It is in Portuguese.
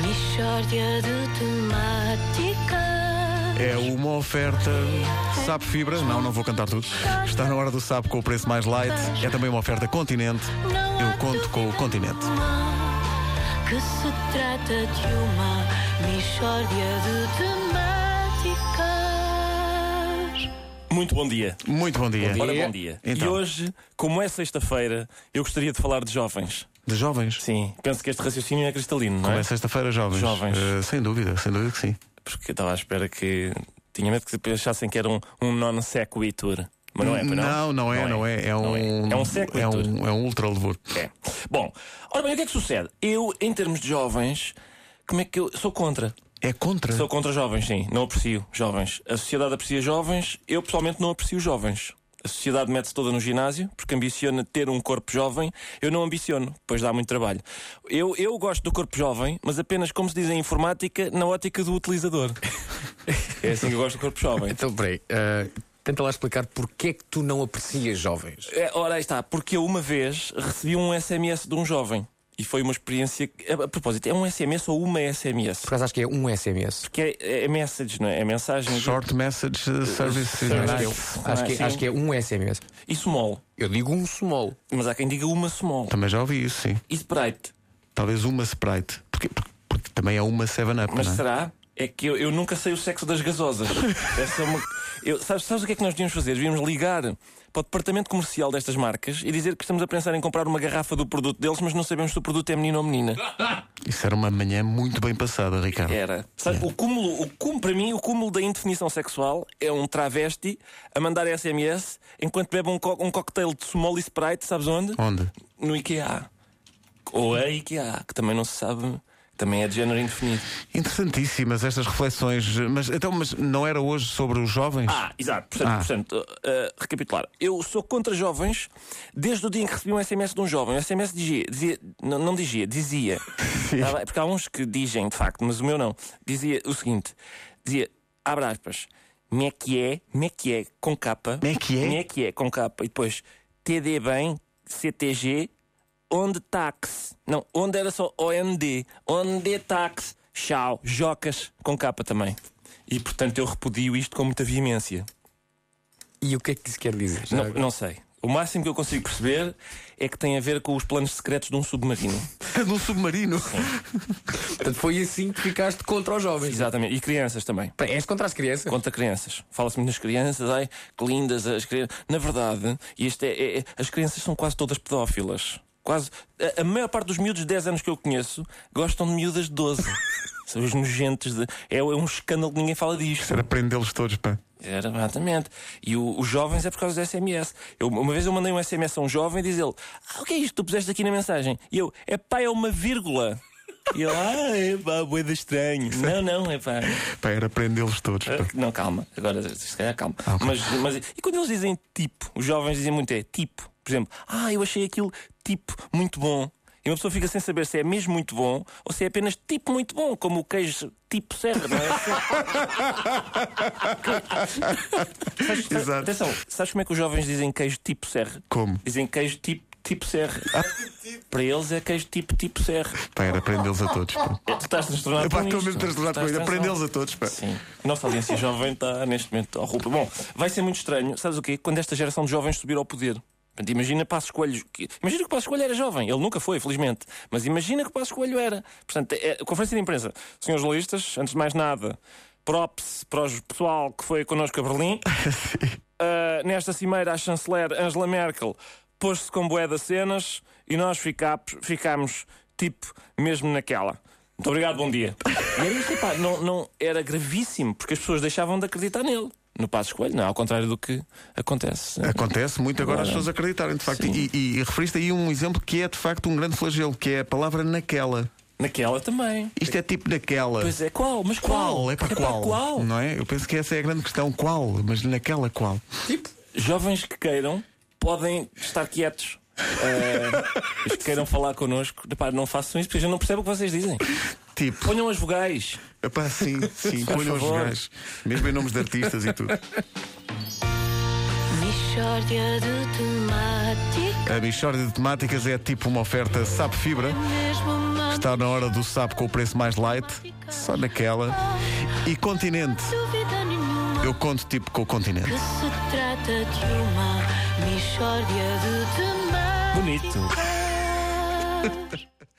Michórdia de temáticas. É uma oferta. Sapo Fibra, não, não vou cantar tudo. Está na hora do Sapo com o preço mais light. É também uma oferta Continente. Não há Eu conto com o dúvida Continente. nenhuma Que se trata de uma Michórdia de temáticas. Muito bom dia. Muito bom dia. Ora, bom dia. Então. E hoje, como é sexta-feira, eu gostaria de falar de jovens. De jovens? Sim. Penso que este raciocínio é cristalino, não Como é? é sexta-feira, jovens? Jovens. Eh, sem dúvida, sem dúvida que sim. Porque eu estava à espera que. Tinha medo que achassem que era um, um non sequitur. Mas não é, pois não, não é, não é. É Não um. É, É um É sequitur. um, é um ultra levor. É. Bom, ora bem, o que é que sucede? Eu, em termos de jovens, como é que eu. Sou contra. É contra. Sou contra jovens, sim. Não aprecio jovens. A sociedade aprecia jovens, eu pessoalmente não aprecio jovens. A sociedade mete-se toda no ginásio porque ambiciona ter um corpo jovem. Eu não ambiciono, pois dá muito trabalho. Eu, eu gosto do corpo jovem, mas apenas, como se diz em informática, na ótica do utilizador. é assim que eu gosto do corpo jovem. Então, peraí, ah, tenta lá explicar porque é que tu não aprecias jovens. É, ora, aí está, porque eu uma vez recebi um SMS de um jovem e foi uma experiência. que- A, a propósito, é um SMS ou uma SMS? Por acaso acho que é um SMS. Que é, é, message, não é? É mensagem. Short Message eh, Service. Service. Acho que, é, Ah, acho, que, sim. acho que é um SMS. E small. Eu digo um small. Mas há quem diga uma small. Também já ouvi isso, sim. E Sprite. Talvez uma Sprite. Porque, porque- porque também é uma 7-Up, Mas não é? será? É que eu, eu nunca sei o sexo das gasosas. Essa é uma... eu, sabes, sabes o que é que nós devíamos fazer? Devíamos ligar para o departamento comercial destas marcas e dizer que estamos a pensar em comprar uma garrafa do produto deles, mas não sabemos se o produto é menino ou menina. Isso era uma manhã muito bem passada, Ricardo. Era. Sabe, o cúmulo, o cúmulo, para mim, o cúmulo da indefinição sexual é um travesti a mandar SMS enquanto bebe um, co um cocktail de small e Sprite, sabes onde? Onde? No IKEA. Ou a IKEA, que também não se sabe, também é de género indefinido. Interessantíssimas estas reflexões. Mas, então, mas não era hoje sobre os jovens? Ah, exato. Portanto, Ah. portanto, uh, uh, recapitular. Eu sou contra jovens desde o dia em que recebi um SMS de um jovem. O SMS dizia. dizia- não, não dizia, dizia. Tá bem? Porque há uns que dizem, de facto, mas o meu não. Dizia o seguinte: dizia, abre aspas, me que é, me que é, com capa. Como é que é? Me é que é, com capa. E depois, TD bem, CTG, onde táxi. Não, onde era só OND. Onde táxi. Tchau. Jocas, com capa também. E portanto eu repudio isto com muita veemência. E o que é que isso quer dizer? Já Não, agora? não sei. O máximo que eu consigo perceber é que tem a ver com os planos secretos de um submarino. Num submarino. Portanto, foi assim que ficaste contra os é. jovens. Exatamente. E crianças também. Peraí, és contra as crianças? Contra crianças. Fala-se muito nas crianças, ai, que lindas as crianças. Na verdade, isto é, é- é- as crianças são quase todas pedófilas. Quase. A, a maior parte dos miúdos de 10 anos que eu conheço gostam de miúdas de 12. são os nojentes. De, é, é um escândalo que ninguém fala disto. Era prendê-los todos, pá. Era, exatamente. E o- os jovens é por causa do SMS. Eu, uma vez eu mandei um SMS a um jovem e diz ele: Ah, o que é isto que tu puseste aqui na mensagem? E eu: É pá, é uma vírgula. E ele: Ah, é pá, boeda estranho. Não, não, é pá. Pá, era prendê-los todos. Pá. Não, calma. Agora, se calhar, calma. Ah, ok. mas, mas, e quando eles dizem tipo? Os jovens dizem muito é tipo. Por exemplo, ah, eu achei aquilo tipo muito bom. E uma pessoa fica sem saber se é mesmo muito bom ou se é apenas tipo muito bom, como o queijo tipo serra, não é? Sabes- Exato. Atenção, sabes como é que os jovens dizem queijo tipo serra? Como? Ah. Dizem queijo tipo, tipo serra. Para eles é queijo tipo tipo serra. Pá, era prendê-los a todos. Ah, Pá, É, tu estás transtornado Epá, com estou isto. mesmo transtornado com Estás ele. transtornado. Prendê-los a todos, pá. Sim. A Nossa audiência jovem está neste momento ao rubro. Bom, vai ser muito estranho, sabes o quê? Quando esta geração de jovens subir ao poder. Portanto, imagina Passos Coelho. que- Imagina que Passos Coelho era jovem. Ele nunca foi, felizmente. Mas imagina que Passos Coelho era. Portanto, é, conferência de imprensa. Senhores jornalistas, antes de mais nada, props para o pessoal que foi connosco a Berlim. Ah, nesta cimeira, a chanceler Angela Merkel pôs-se com bué das cenas e nós ficámos, ficámos tipo mesmo naquela. Muito obrigado, bom dia. E era isto, epá, não, não, era gravíssimo, porque as pessoas deixavam de acreditar nele. No Passo Coelho, não, ao contrário do que acontece. Acontece muito agora as Agora. pessoas acreditarem, de facto. Sim. E, e- e referiste aí um exemplo que é, de facto, um grande flagelo, que é a palavra naquela. Naquela também. Isto é tipo naquela. Pois é, qual? Mas qual? Qual? É para Epá, qual? Não é? Eu penso que essa é a grande questão. Qual? Mas naquela qual? Tipo, Jovens que queiram podem estar quietos. Eh, os que queiram falar connosco, epá, não façam isso, porque eu não percebo o que vocês dizem. Tipo, Ponham as vogais. epá, sim, sim, Por ponham os favor. gajos. Mesmo em nomes de artistas e tudo. Michórdia de temáticas. A Michórdia de Temáticas é tipo uma oferta SAP Fibra. Mesmo uma Está na hora do sapo com o preço mais light, só naquela. E continente, Dúvida nenhuma eu conto tipo com o continente. que se trata de uma mistória de temáticas. Bonito.